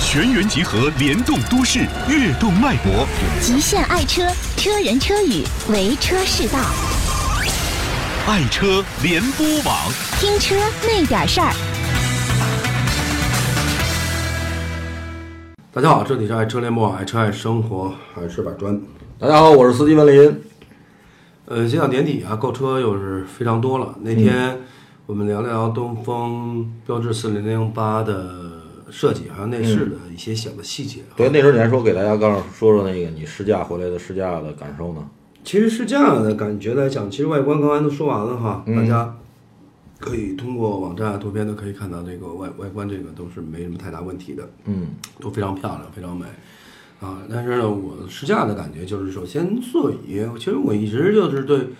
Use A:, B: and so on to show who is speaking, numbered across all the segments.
A: 全员集合，联动都市，跃动脉搏。
B: 极限爱车，车人车语，为车是道。
A: 爱车联播网，
B: 听车那点事儿。
C: 大家好，这里是爱车联播，爱车爱生活，爱车板砖。
D: 大家好，我是司机文林。
C: 呃，现到年底啊，购车又是非常多了。那天我们聊聊东风标致四零零八的设计，还有内饰的一些小的细节啊。
D: 对，那时候你还说给大家刚说说那个你试驾回来的试驾的感受呢？
C: 其实是这样的感觉来讲，其实外观刚才都说完了哈，
D: 嗯
C: 大家可以通过网站图片都可以看到，这个外外观这个都是没什么太大问题的，
D: 嗯，
C: 都非常漂亮，非常美啊。但是呢，我试驾的感觉就是，首先座椅，其实我一直就是对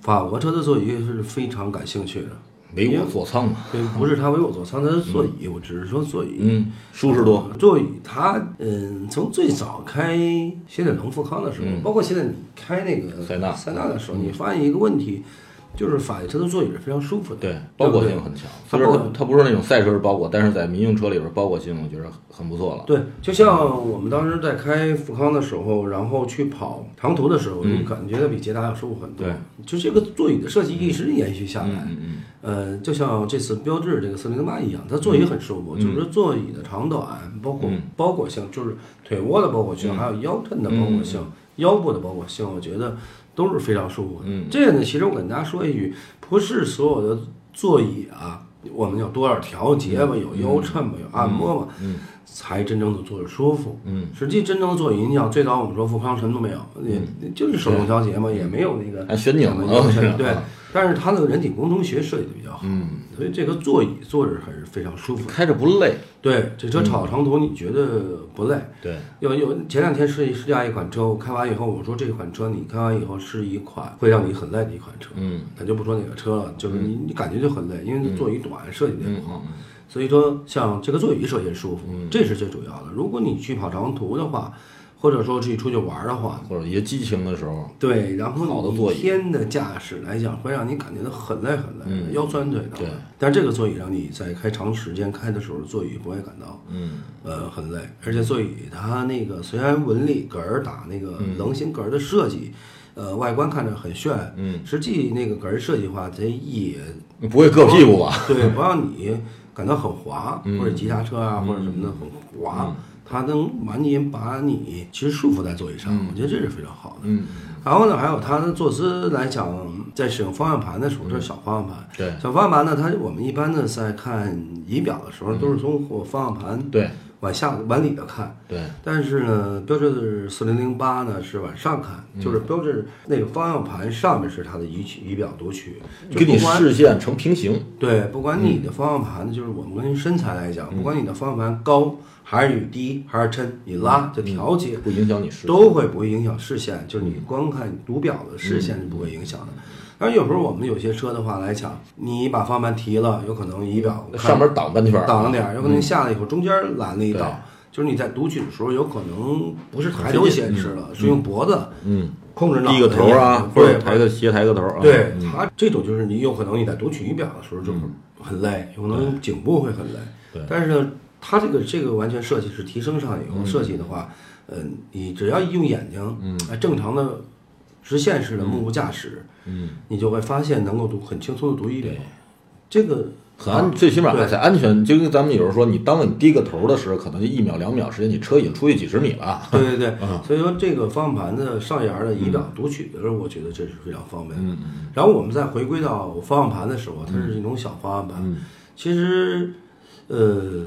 C: 法国车的座椅是非常感兴趣的，
D: 唯我座舱嘛，
C: 对，不是它为我座舱，它是座椅，我只是说座椅，
D: 嗯，舒适度，
C: 座椅它嗯，从最早开新势能富康的时候，包括现在你开那个
D: 嗯塞纳
C: 塞纳的时候，你发现一个问题，就是法系车的座椅是非常舒服的，
D: 对，
C: 对
D: 包
C: 不
D: 裹
C: 对
D: 性很强。
C: 它
D: 虽
C: 包
D: 然
C: 裹
D: 它它不是那种赛车包裹，但是在民用车里边包裹性我觉得很不错了。
C: 对，就像我们当时在开富康的时候，然后去跑长途的时候，你感觉到比捷达要舒服很多。
D: 嗯对，
C: 就这个座椅的设计一直延续下来。
D: 嗯嗯，
C: 呃，就像这次标致这个四零零八一样，它座椅很舒
D: 嗯
C: 服，就是座椅的长短，包括包裹性，就是腿窝的包裹
D: 嗯
C: 性，还有腰衬的包裹性、腰部的包裹性，我觉得都是非常舒服的。
D: 嗯
C: 这个呢，其实我跟大家说一句，不是所有的座椅啊，我们有多少调节吧，
D: 嗯
C: 有腰衬吧，有按摩吧，才真正的坐着舒服。嗯，实际真正的座椅，你想最早我们说富康什么都没有，也就是手动调节嘛，也没有那个
D: 嗯还旋钮
C: 什么
D: 呢
C: 腰衬
D: 是吧啊嗯
C: 对。但是它的人体工程学设计的比较好，所以这个座椅坐着还是非常舒服的。
D: 开着不累。
C: 对，这
D: 嗯
C: 车跑长途你觉得不累？
D: 对，
C: 有有，前两天试试驾一款车，我开完以后我说这款车你开完以后是一款会让你很累的一款车，
D: 嗯，
C: 咱就不说哪个车了，就是你你感觉就很累，因为这座椅短，设计的也不好，所以说像这个座椅首先舒服，这是最主要的。如果你去跑长途的话，或者说去出去玩的话，
D: 或者一些激情的时候，
C: 对，然后
D: 好的
C: 你
D: 座椅
C: 一天的驾驶来讲，会让你感觉到很累很累，腰酸腿疼。
D: 对，
C: 嗯但这个座椅让你在开长时间开的时候，座椅不会感到
D: 嗯，
C: 呃很累，而且座椅它那个虽然纹理格儿打那个棱形格儿的设计，呃外观看着很炫，嗯，实际那个格儿设计的话，它也
D: 你不会硌屁股啊吧？
C: 对，不让你感到很滑，
D: 嗯
C: 或者急刹车啊，或者什么的很滑，它能完全把你其实束缚在座椅
D: 嗯
C: 上，我觉得这是非常好的。嗯，然后呢，还有它的坐姿来讲，在使用方向盘的时候，这是小方向盘。
D: 嗯对
C: 小方向盘呢，它我们一般呢在看仪表的时候，都是从我方向盘
D: 对
C: 往下往里头看。
D: 对，
C: 但是呢，标致四零零八呢是往上看，
D: 嗯
C: 就是标致那个方向盘上面是它的仪器仪表读取，就
D: 给你
C: 不管
D: 视线成平行。
C: 对，不管你的方向盘，就是我们跟身材来
D: 嗯
C: 讲，不管你的方向盘高还是低还是抻，你拉就调节，
D: 嗯不影响你视线嗯
C: 都会不会影响视线，就是你观看读表的视线是不会影响的。但是有时候我们有些车的话来讲，你把方向盘提了，有可能仪表看
D: 上面挡半圈儿，嗯
C: 挡了点儿，有可能下来以后中间拦了一道，就是你在读取的时候有可能不是抬头显示了，是用脖子
D: 嗯，
C: 控制脑
D: 低个
C: 袋
D: 头啊，或
C: 对
D: 者抬个斜抬个头啊。
C: 对它这种就是你有可能你在读取仪表的时候就很
D: 嗯
C: 很累，有可能颈部会很累。但是呢，它这个这个完全设计是提升上以后设计的话，嗯，你只要一用眼睛，嗯，正常的直线式的目不驾驶，嗯，你就会发现能够读很轻松的读仪表，这个
D: 很安，最起码
C: 对
D: 在安全，就跟咱们有时候说，你当你低个头的时候，可能就一秒两秒时间，你车已经出去几十米了。
C: 对对对，
D: 嗯
C: 所以说这个方向盘的上沿的仪表读取的时候，我觉得这是非常方
D: 嗯
C: 便的。然后我们再回归到方向盘的时候，它是一种小方向
D: 嗯
C: 盘。其实，呃，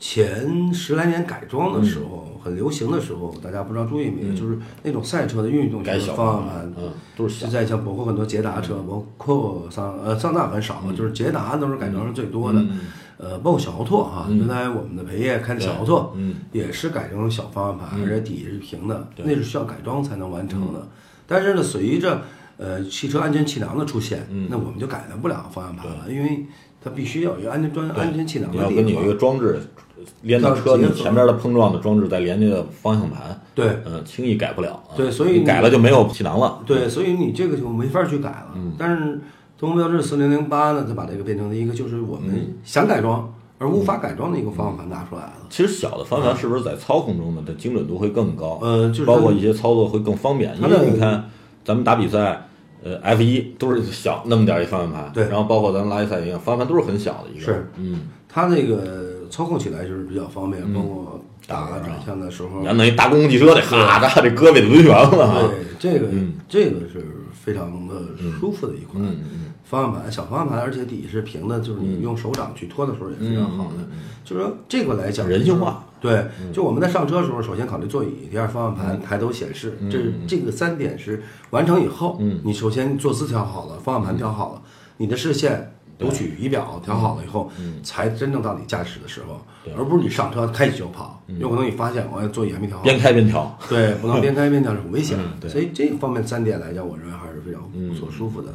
C: 前十来年改装的时候很流行的时候，大家不知道注意没有，就是那种赛车的运动型
D: 嗯改
C: 的
D: 小
C: 方向盘，
D: 嗯，都是
C: 现在像包括很多捷达
D: 嗯
C: 车，包括桑呃桑塔很少，就是捷达都是改装是最多的，
D: 嗯
C: 呃，包括小奥拓哈，原来我们的培业开的小奥拓，
D: 嗯
C: 也是改成小方向盘，而且底是平的，那是需要改装才能完成
D: 嗯
C: 的。但是呢，随着呃汽车安全气囊的出现，
D: 嗯
C: 那我们就改不了方向盘了，因为它必须要有一个安全专安全气囊
D: 你
C: 的
D: 要
C: 地
D: 跟
C: 方。
D: 你有一个装置连到车，
C: 到结
D: 你
C: 合
D: 前面的碰撞的装置再连接方向盘，
C: 对
D: 嗯，轻易改不了。啊
C: 对所以
D: 你改了就没有气囊了。
C: 对，所以你这个就没法去改
D: 嗯嗯
C: 了。但是东风标致四零零八呢，它把这个变成了一个，就是我们想改装而无法改装的一个方向盘拿出来了。
D: 其实小的翻盘是不是在操控中呢，它精准度会更高？
C: 呃就是它
D: 包括一些操作会更方便。因
C: 它的
D: 为你看，咱们打比赛，呃，F 一都是小那么点儿一翻盘盘，
C: 对
D: 然后包括咱们拉力赛一样，翻盘都是很小的一个，
C: 是
D: 嗯，
C: 它那个操控起来就是比较方便，包括打啊转向的时候
D: 啊你，要弄一大公共汽车得哈哒，这胳膊得抡圆了，嗯
C: 对这个这个是非常的舒服的一款
D: 嗯
C: 方向盘，小方向盘，而且底是平的，就是你用手掌去拖的时候也非
D: 嗯
C: 常好的。就说这个来讲，
D: 人性化。嗯
C: 对，就我们在上车的时候，首先考虑座椅，第二方向盘、抬头显示，
D: 嗯
C: 这这个三点是完成以后，你首先坐姿调好了，方向盘调好
D: 嗯
C: 了，你的视线。读取仪表调好了以后，
D: 嗯
C: 才真正到你驾驶的时候，而不是你上车开启就跑。
D: 嗯
C: 有可能你发现，我座椅还没调好，
D: 边开边调。
C: 对，不能边开边调是很危险的。
D: 嗯对嗯
C: 所以这方面三点来讲，我认为还是非常不错、舒服的。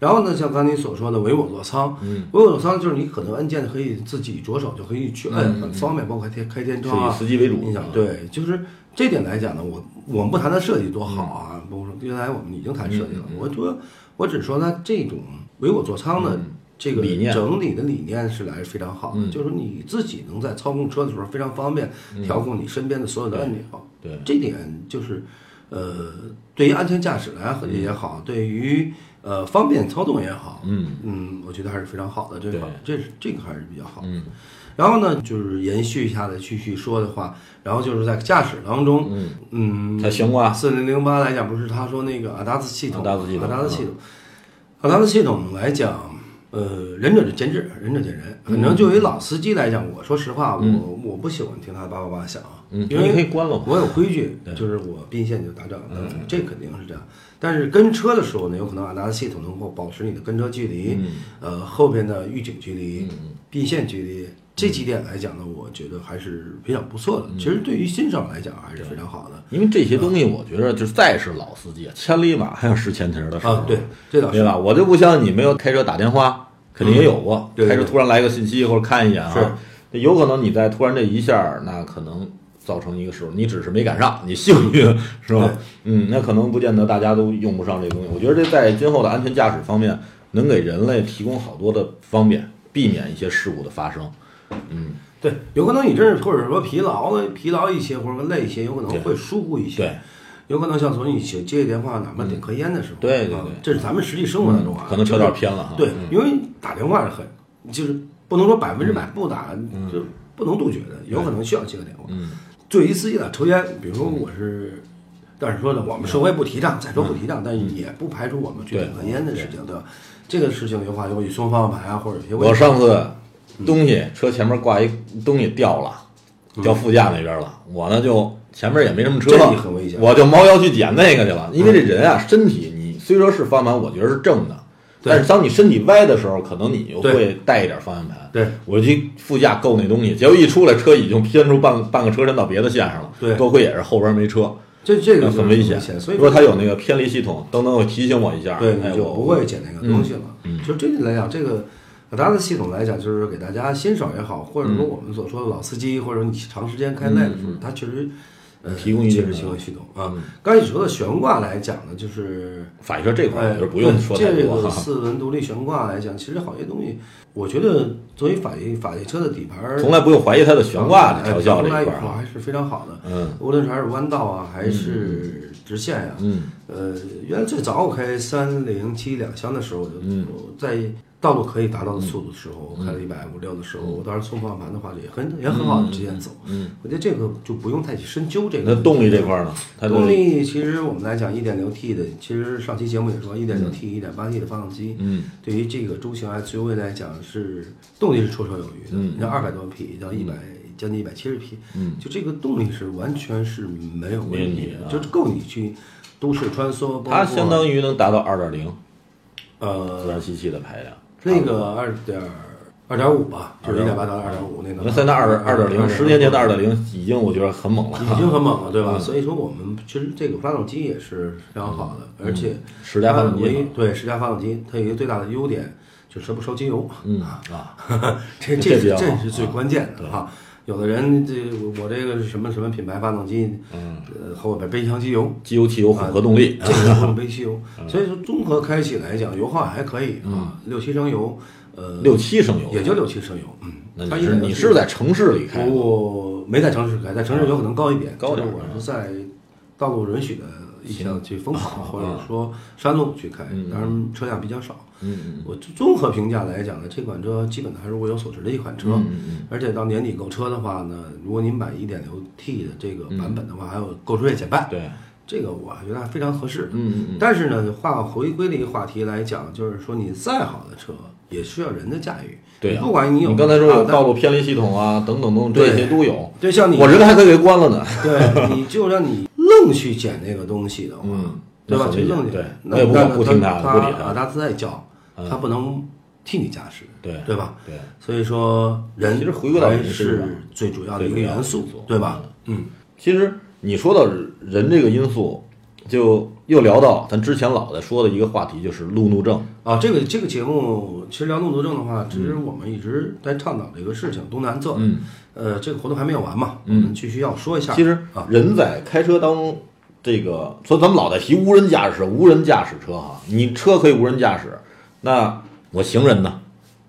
C: 然后呢，像刚才你所说的唯我座舱，
D: 嗯
C: 唯我座舱就是你可能按键可以自己着手就可以去摁，很方便，包括开天开天窗啊，
D: 嗯是以司机为主
C: 你想
D: 嗯
C: 对，就是这点来讲呢，我我们不谈它设计多好啊，
D: 嗯
C: 不是原来我们已经谈设计了，我说我只说它这种唯我座舱的这个
D: 嗯理念啊
C: 整理的理念是来非常好的，就是你自己能在操控车的时候非常方便调控你身边的所有的按钮。
D: 对
C: 这点就是，呃，对于安全驾驶来也好，对于呃方便操纵也好，嗯我觉得还是非常好的这款，这是这个还是比较好的。然后呢，就是延续下来继续说的话，然后就是在驾驶当中，嗯
D: 它悬挂
C: 四零零八来讲，不是他说那个阿达斯系统，
D: 阿达斯系统嗯
C: 阿达斯系统，阿达斯系统来讲，呃，仁者见智，仁者见仁。反正
D: 嗯
C: 就于老司机来讲，我说实话，我我不喜欢听他叭叭叭响，啊
D: 嗯
C: 因为
D: 你可以关了嗯
C: 我有规矩，就是我并线就打转，这肯定是这样。但是跟车的时候呢，有可能阿达斯系统能够保持你的跟车距离，
D: 嗯
C: 呃，后边的预警距离、并线距离这几点来讲呢，我觉得还是比较不错的。
D: 嗯
C: 其实对于新手来讲还是非常好的。
D: 因为这些东西，我觉得就是再是老司机，千里马还有十前蹄儿的时候
C: 啊对这倒是
D: 对吧？我就不相信你没有开车打电话，肯定也有过，
C: 嗯对对
D: 开车突然来个信息或者看一眼
C: 是
D: 啊，那有可能你在突然这一下，那可能造成一个事故，你只是没赶上，你幸运是吧
C: 对？
D: 嗯，那可能不见得大家都用不上这东西。我觉得这在今后的安全驾驶方面，能给人类提供好多的方便，避免一些事故的发生。
C: 对，有可能你真是或者说疲劳了，疲劳一些或者说累一些，有可能会疏忽一些。
D: 对嗯
C: 有可能像从你接接电话，哪怕点颗烟的时候，
D: 对对
C: 啊
D: 对
C: 这是咱们实际生活当中啊，
D: 可能扯
C: 有
D: 有点偏了哈。嗯
C: 对，因为打电话是很，就是不能说百分之
D: 嗯
C: 百不打，就不能杜绝的，有可能需要接个电话。
D: 嗯
C: 对于司机呢，抽烟，比如说我是，但是说呢，我们社会不提倡，再说不提倡，但也不排除我们去
D: 嗯对
C: 点个烟的事情，对吧？这个事情的话，有以松方向盘啊，或者有些
D: 我
C: 位置
D: 上次东西车前面挂一东西掉了，掉副驾那边了，我呢就前面也没什么
C: 嗯
D: 车
C: 这你很危，险嗯
D: 我就猫腰去捡那个去了。因为这人啊，身体你虽说是方向盘，我觉得是正的。
C: 对
D: 但是当你身体歪的时候，可能你又
C: 对
D: 会带一点方向盘。
C: 对，
D: 我就去副驾够那东西，结果一出来，车已经偏出半半个车身到别的线上了。
C: 对
D: 多亏也是后边没车，
C: 这这个
D: 很
C: 危
D: 险。
C: 所以
D: 如果它有那个偏离系统，都能够提醒我一下。
C: 对，
D: 哎
C: 你就
D: 我嗯
C: 不会捡那个东西了。就这点来讲，这个它的系统来讲，就是给大家新手也好，或者
D: 嗯
C: 说我们所说的老司机，或者你长时间开累的时候，它确实呃
D: 提供一
C: 确
D: 定
C: 实
D: 的嗯
C: 提供系统啊。刚才你说的悬挂来讲呢，就是。
D: 法医车这块
C: 哎，
D: 儿我觉得不用说太
C: 这
D: 多
C: 个
D: 哈。
C: 四轮独立悬挂来讲，其实好些东西，我觉得作为法系法系车的底盘儿，
D: 从来不用怀疑它的悬挂的调校这
C: 哎来
D: 一
C: 以
D: 块儿
C: 后
D: 啊。
C: 还是非常好的。
D: 嗯，
C: 无论是还是弯道啊，还是直线呀、嗯，呃，原来最早我开三零七两厢的时候，我就、
D: 嗯
C: 我在道路可以达到的速度的时候，我开了一百五六的时
D: 嗯
C: 候，我当时松方向盘的话也很也很好的直线走。嗯，我觉得这个就不用太去深究这个
D: 那
C: 问题。
D: 动力这块儿呢？它的
C: 动力其实我们来讲，一点零 T 的，其实上期节目也说，一点零
D: 嗯
C: T、一点八 T 的发动机，嗯，对于这个中型 SUV 来讲是动力是绰绰有余的，
D: 嗯
C: 你像二百多匹到一百将近一百七十匹，嗯，就这个动力是完全是没有问
D: 没
C: 题的，
D: 问题啊
C: 就是够你去都市穿梭，包括
D: 它相当于能达到二点零自
C: 呃
D: 然吸气的排量。
C: 那个二点二点五吧，就是一点八到二点五那个，
D: 那现在二二点零，十年前的二点零已经我觉得很猛了，
C: 已经很猛了，对
D: 嗯
C: 吧？所以说我们其实这个发动机也是非常好的，而且
D: 十嗯佳发动机
C: 它唯一
D: 嘛
C: 对十佳发动机，它有一个最大的优点就是它不烧机油，
D: 嗯啊，
C: 这
D: 这
C: 这
D: 比
C: 是
D: 较好嗯
C: 这是最关键的哈。有的人这我这个是什么什么品牌发动机，呃，后边背一箱机油，啊
D: 机油汽油嗯混合动力， 嗯
C: 啊这个不能背汽油，所以说综合开起来讲，油耗还可以啊，六七升油，呃，
D: 六七升油，
C: 也就六七升油。嗯，
D: 那
C: 它一
D: 你是
C: 百六
D: 你
C: 七
D: 是在城市里开的，
C: 我没在城市开，在城市有可能高一点，
D: 高点儿
C: 就是我是在道路允许的一些去风口
D: 哦
C: 或者说山路去开，当然车辆比较少。
D: 嗯
C: 我综合评价来讲呢，这款车基本还是物有所值的一款车，
D: 嗯嗯嗯
C: 而且到年底购车的话呢，如果您买 1.6T 的这个版本的话，还有购置税减半，
D: 对，
C: 这个我觉得还非常合适的。
D: 嗯嗯嗯，
C: 但是呢，话回归这个话题来讲，就是说你再好的车也需要人的驾驭。
D: 对
C: 你
D: 啊
C: 不管你有
D: 你刚才说有道
C: 路，
D: 路偏离系统啊，等等等等，
C: 对
D: 这些都有。
C: 就像你
D: 我人还可以给关了呢。
C: 对，你就让你愣去捡那个东西的话，
D: 嗯
C: 对吧？
D: 那很
C: 就
D: 危险
C: 愣去
D: 对，
C: 那
D: 我也不
C: 那
D: 管不听他
C: 他，
D: 的不理他
C: 啊他自带教，他不能替你驾驶，
D: 对
C: 对吧？
D: 对，
C: 所以说，人
D: 其实回归到
C: 还
D: 人身上
C: 是最主要的一个
D: 最主要的
C: 元素
D: 因素，
C: 对吧？嗯，
D: 其实你说到人这个因素，就又聊到咱之前老在说的一个话题，就是路怒症。
C: 啊，这个这个节目其实聊动毒症的话，其实我们一直在倡导这个事情，东南侧，
D: 嗯，
C: 呃，这个活动还没有完嘛，我们继续要说一下。
D: 其实
C: 啊，
D: 人在开车当中，这个，所以咱们老在提无人驾驶，无人驾驶车哈，你车可以无人驾驶，那我行人呢？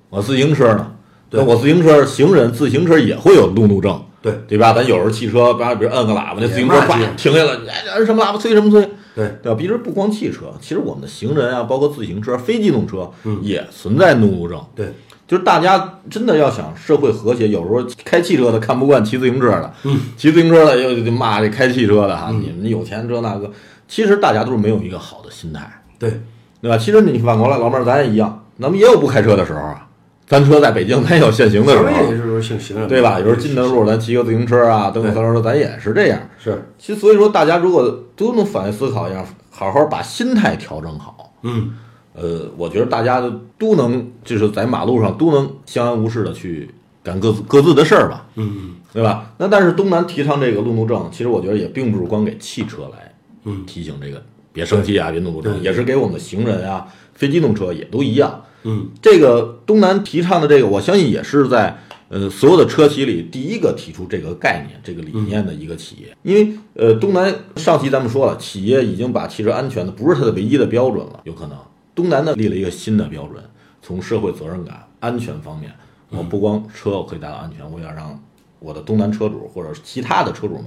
D: 我自行车呢？
C: 对
D: 那我自行车、行人、自行车也会有路怒症，
C: 对
D: 对吧？咱有时候汽车，把比如摁个喇叭，那自行车
C: 也骂
D: 叭
C: 街
D: 停下来，你哎，摁什么喇叭催什么催，
C: 对
D: 对吧？呃比如不光汽车，其实我们的行人啊，包括自行车、非机动车，
C: 嗯
D: 也存在路怒症。
C: 对，
D: 就是大家真的要想社会和谐，有时候开汽车的看不惯骑自行车的，嗯，骑自行车的又就骂这开汽车的哈，
C: 嗯
D: 你们有钱这那个，其实大家都是没有一个好的心态，
C: 对，
D: 对吧？其实你反过来，老妹儿咱也一样，咱们也有不开车的时候啊，咱车在北京咱也有限行的时
C: 咱们也
D: 候，
C: 是说行行人嘛，
D: 啊对吧？有时候进的路咱骑个自行车啊，蹬个
C: 对
D: 三轮车，咱也是这样。
C: 是，
D: 其实所以说，大家如果都能反思考一下，好好把心态调整好，
C: 嗯，
D: 呃，我觉得大家都能就是在马路上都能相安无事的去干各自各自的事儿吧，
C: 嗯
D: 对吧？那但是东南提倡这个路怒症，其实我觉得也并不是光给汽车来
C: 嗯
D: 提醒这个别生气啊，别怒路症，
C: 对
D: 也是给我们的行人啊、非机动车也都一样。
C: 嗯，
D: 这个东南提倡的这个，我相信也是在呃所有的车企里第一个提出这个概念、这个理念的一个企业。因为呃，东南上期咱们说了，企业已经把汽车安全的不是它的唯一的标准了，有可能东南呢立了一个新的标准，从社会责任感、安全方面，我不光车我可以达到安全，我也要让我的东南车主或者其他的车主们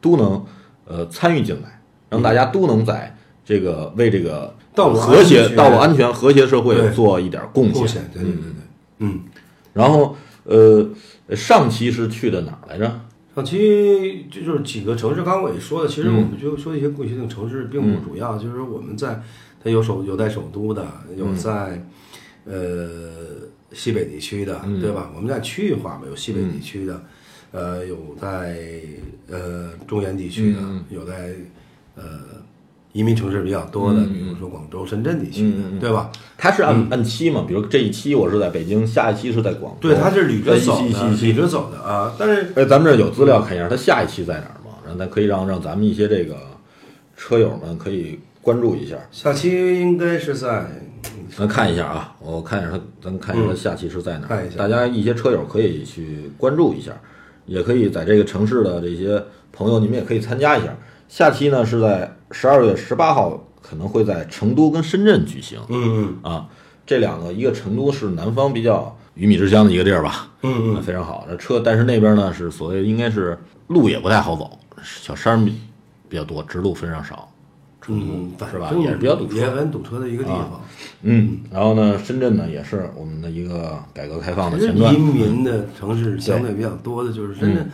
D: 都能呃参与进来，让大家都能在这个为这个
C: 道路安
D: 和谐、
C: 全
D: 道路安全、和谐社会
C: 对
D: 做一点贡献。
C: 贡献，对对对对，嗯。
D: 然后呃，上期是去的哪儿来着？
C: 上期这就是几个城市，刚刚我也说了，其实我们就说一些过去性城市并不主要，就是我们在它有首有在首都的，有在、呃西北地区的，对吧？我们在区域化嘛，有西北地区的，呃，有在呃中原地区的，有在呃移民城市比较多的，比如说广州、深圳地区的，对吧？
D: 它是按、按期嘛，比如这一期我是在北京，下一期是在广州。
C: 对，它哦是捋着走
D: 一期
C: 的，
D: 一期一
C: 捋
D: 期。
C: 着走的啊，但是。
D: 哎，咱们这儿有资料看一下，它下一期在哪儿嘛？然后咱可以让让咱们一些这个车友们可以关注一下，
C: 下期应该是在
D: 咱看一下啊，我看一下它，咱看一下它下期是在哪
C: 嗯
D: 儿。
C: 看一下
D: 大家一些车友可以去关注一下，也可以在这个城市的这些朋友，你们也可以参加一下。下期呢是在十二月十八号，可能会在成都跟深圳举行。
C: 嗯嗯
D: 啊，这两个，一个成都是南方比较鱼米之乡的一个地儿吧，
C: 嗯
D: 嗯，非常好。那车，但是那边呢是所谓应该是路也不太好走，小山比比较多，直路非常少。
C: 嗯，
D: 是吧
C: 反正
D: 也是比较堵车
C: 也很堵车的一个地方。
D: 嗯，然后呢，深圳呢也是我们的一个改革开放的
C: 其实
D: 前段嗯
C: 移，民的城市相对比较多的，就是深圳，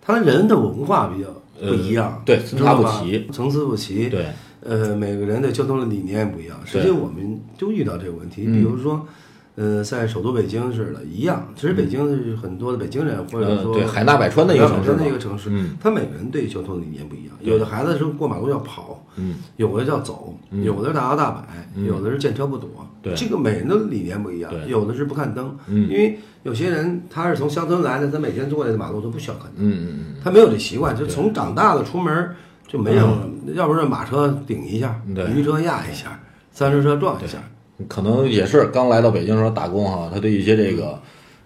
C: 它人的文化比较不一样，
D: 对
C: 你知道吧
D: 参差不齐
C: 层次不齐，
D: 对，
C: 呃，每个人对交通的理念不一样。实
D: 对嗯
C: 际我们就遇到这个问题，比如说。呃，在首都北京似的，一样。其实北京是很多的北京人，或者
D: 呃，
C: 说
D: 对，海纳百川的一个城市
C: 的
D: 嘛，
C: 一个城市
D: 嗯，
C: 他每个人对交通的理念不一样。有的孩子是过马路要跑，
D: 嗯，
C: 有的叫走，有的是大摇大摆，有的是见车不躲。
D: 对
C: 这个每人的理念不一样，
D: 对
C: 有的是不看灯，
D: 嗯
C: 因为有些人他是从乡村来的，他每天坐在马路都不需要看灯，
D: 嗯嗯嗯，
C: 他没有这习惯，就从长大了出门就没有了，要不然马车顶一下
D: 嗯对，
C: 驴车压一下，三轮车撞一下，
D: 嗯可能也是刚来到北京的时候打工哈，他对一些这
C: 嗯
D: 个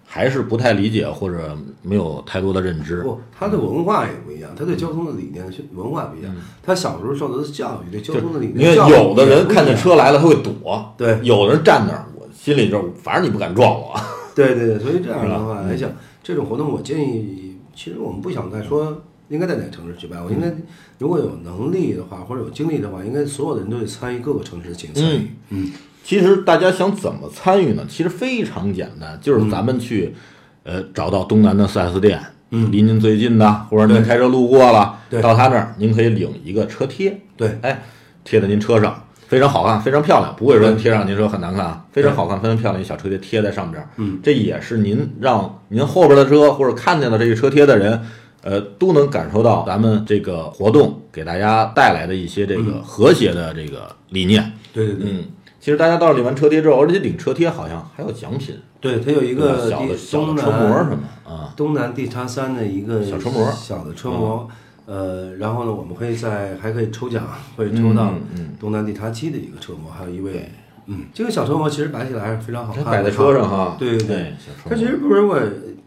D: 还是不太理解或者没有太多的认知。
C: 不，他的文化也不一样，他对交通的理念、文化不一样。他小时候受到的教育，对交
D: 就
C: 通的理
D: 嗯因为
C: 念，教育
D: 有的
C: 也
D: 人
C: 不一
D: 看见
C: 样
D: 车来了他会躲，
C: 对
D: 有的人站那儿，我心里就是反正你不敢撞我。
C: 对对对，所以这样的话
D: 是吧嗯
C: 来讲，这种活动我建议，其实我们不想再
D: 嗯
C: 说应该在哪个城市举办，我应该如果有能力的话，或者有精力的话，应该所有的人都得参与各个城市的竞赛。
D: 嗯其实大家想怎么参与呢？其实非常简单，就是咱们去，呃，找到东南的 4S 店，嗯，离您最近的，或者您开车路过了，
C: 对
D: 到他那儿，您可以领一个车贴，
C: 对
D: 哎，贴在您车上，非常好看，非常漂亮，不会说
C: 对
D: 贴上您说很难看啊，非常好看，非常漂亮，一小车贴贴在上边儿，
C: 嗯，
D: 这也是您让您后边的车或者看见了这个车贴的人。呃，都能感受到咱们这个活动给大家带来的一些这个和谐的这个理念，
C: 对对对，
D: 嗯，其实大家到领完车贴之后，而且领车贴好像还有奖品，
C: 对，它有一
D: 一
C: 个
D: 小
C: 地
D: 的小
C: 东
D: 的
C: 南
D: 车模什么啊，
C: 东南 D 叉三的一个
D: 小车模嗯
C: 小的车模。呃，然后呢，我们会在还可以抽奖， 会抽到
D: 嗯嗯
C: 东南 D 叉七的一个车模，还有一位，嗯，这个小车模其实摆起来还是非常好
D: 它
C: 看的，
D: 摆在车上哈，
C: 对对
D: 对
C: 对，
D: 小车模
C: 它其实不是为，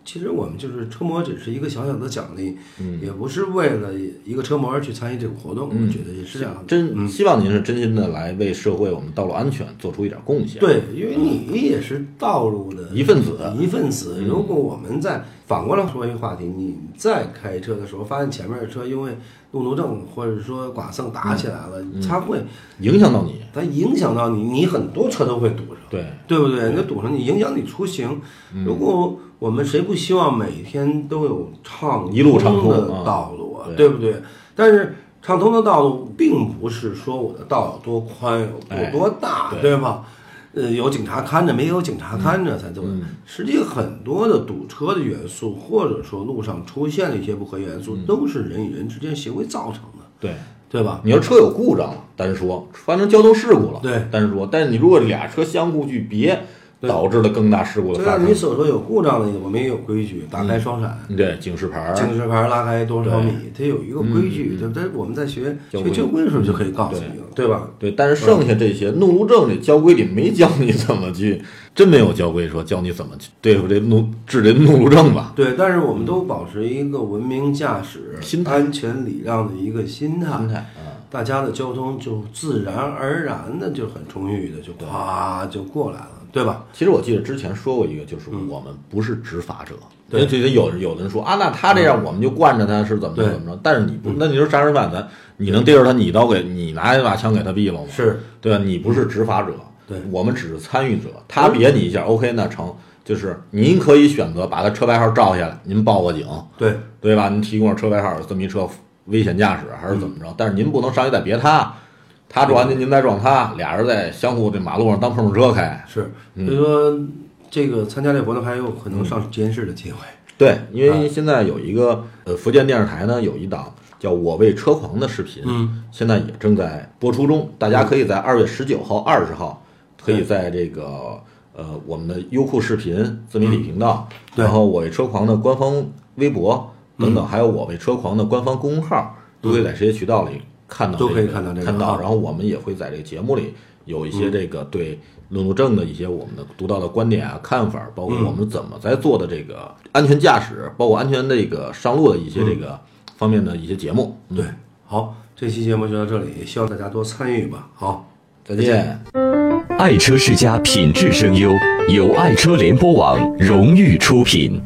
C: 其实我们就是车模只是一个小小的奖励，
D: 嗯
C: 也不是为了一个车模而去参与这个活动，我觉得也是这样的。
D: 真希望您是真心的来为社会我们道路安全做出一点贡献，，
C: 对，因为你也是道路的
D: 一份子，嗯
C: 一份子。如果我们在反过来说一个话题，你在开车的时候发现前面的车因为路怒症或者说剐蹭打起来
D: 嗯
C: 了，它会
D: 影响到你，
C: 它影响到你，你很多车都会堵上。
D: 对，
C: 对不对？那堵上你影响你出行。
D: 嗯
C: 如果我们谁不希望每天都有畅
D: 一路畅通
C: 的
D: 啊
C: 道路啊，对
D: 对
C: 不对？但是畅通的道路并不是说我的道有多宽有
D: 哎
C: 有多大，
D: 对
C: 对吧？呃，有警察看着，没有警察看着才这么。
D: 嗯
C: 实际很多的堵车的元素，或者说路上出现的一些不和元
D: 嗯
C: 素，都是人与人之间行为造成的，
D: 对。
C: 对吧？
D: 你要车有故障了，单说发生交通事故了，
C: 对
D: 单说，但是你如果俩车相互拒别，导致了更大事故
C: 就
D: 的发
C: 像你
D: 生，嗯
C: 所说有故障的，我们也有规矩，打开双闪，
D: 对，嗯警示牌儿，
C: 警示牌拉开多少米，它有一个规矩，对不对？我们在学
D: 交
C: 学
D: 规
C: 交规的时候就可以告诉你了，对吧？
D: 对，但是剩下这些怒路症这交规里没教你怎么去，真没有教规说教你怎么去对付这怒治这怒路症吧？
C: 对，但是我们都保持一个文明驾驶、
D: 心态
C: 安全礼让的一个心态
D: 心，态啊，
C: 大家的交通就自然而然的就很充裕的就咵就过来了，对吧？
D: 其实我记得之前说过一个，就是我们不是执法者，
C: 嗯对
D: 因为就有有的人说啊，那他这样我们就惯着他是怎么着
C: 对嗯
D: 怎么着，但是你不，那你说杀人犯咱你能逮着他，你一刀给你拿一把枪给他毙了吗？
C: 是，
D: 对吧？你不是执法者，
C: 对嗯
D: 我们只是参与者。他别你一下，OK，那成，就是您可以选择把他车牌号照下来，您报个警，
C: 对
D: 对吧？您提供了车牌号，有这么一车危险驾驶还是怎么着？
C: 嗯
D: 但是您不能上去再别他，他撞您，您再撞他，俩人在相互这马路上当碰碰车开。
C: 是，
D: 嗯
C: 所以说这个参加这活动还有可能上监视的机会，
D: 对，
C: 嗯
D: 因为
C: 啊
D: 现在有一个呃福建电视台呢有一档叫《我为车狂》的视频，
C: 嗯，
D: 现在也正在播出中，大家可以在二月十九号、二十号可以在这个呃我们的优酷视频自媒体频道，
C: 嗯对嗯
D: 然后我为车狂的官方微博等等，还有我为车狂的官方公众号，都可以在这些渠道里看到这
C: 都
D: 个、
C: 可以看到这个
D: 看
C: 啊
D: 到。然后我们也会在这个节目里有一些这个对路怒症的一些我们的独到的观点啊、看法，包括我们怎么在做的这个安全驾驶，包括安全这个上路的一些这个方面的一些节目。嗯
C: 对。好，这期节目就到这里，也希望大家多参与吧。好，
D: 再见。
A: 爱车世家品质声优，由爱车联播网荣誉出品。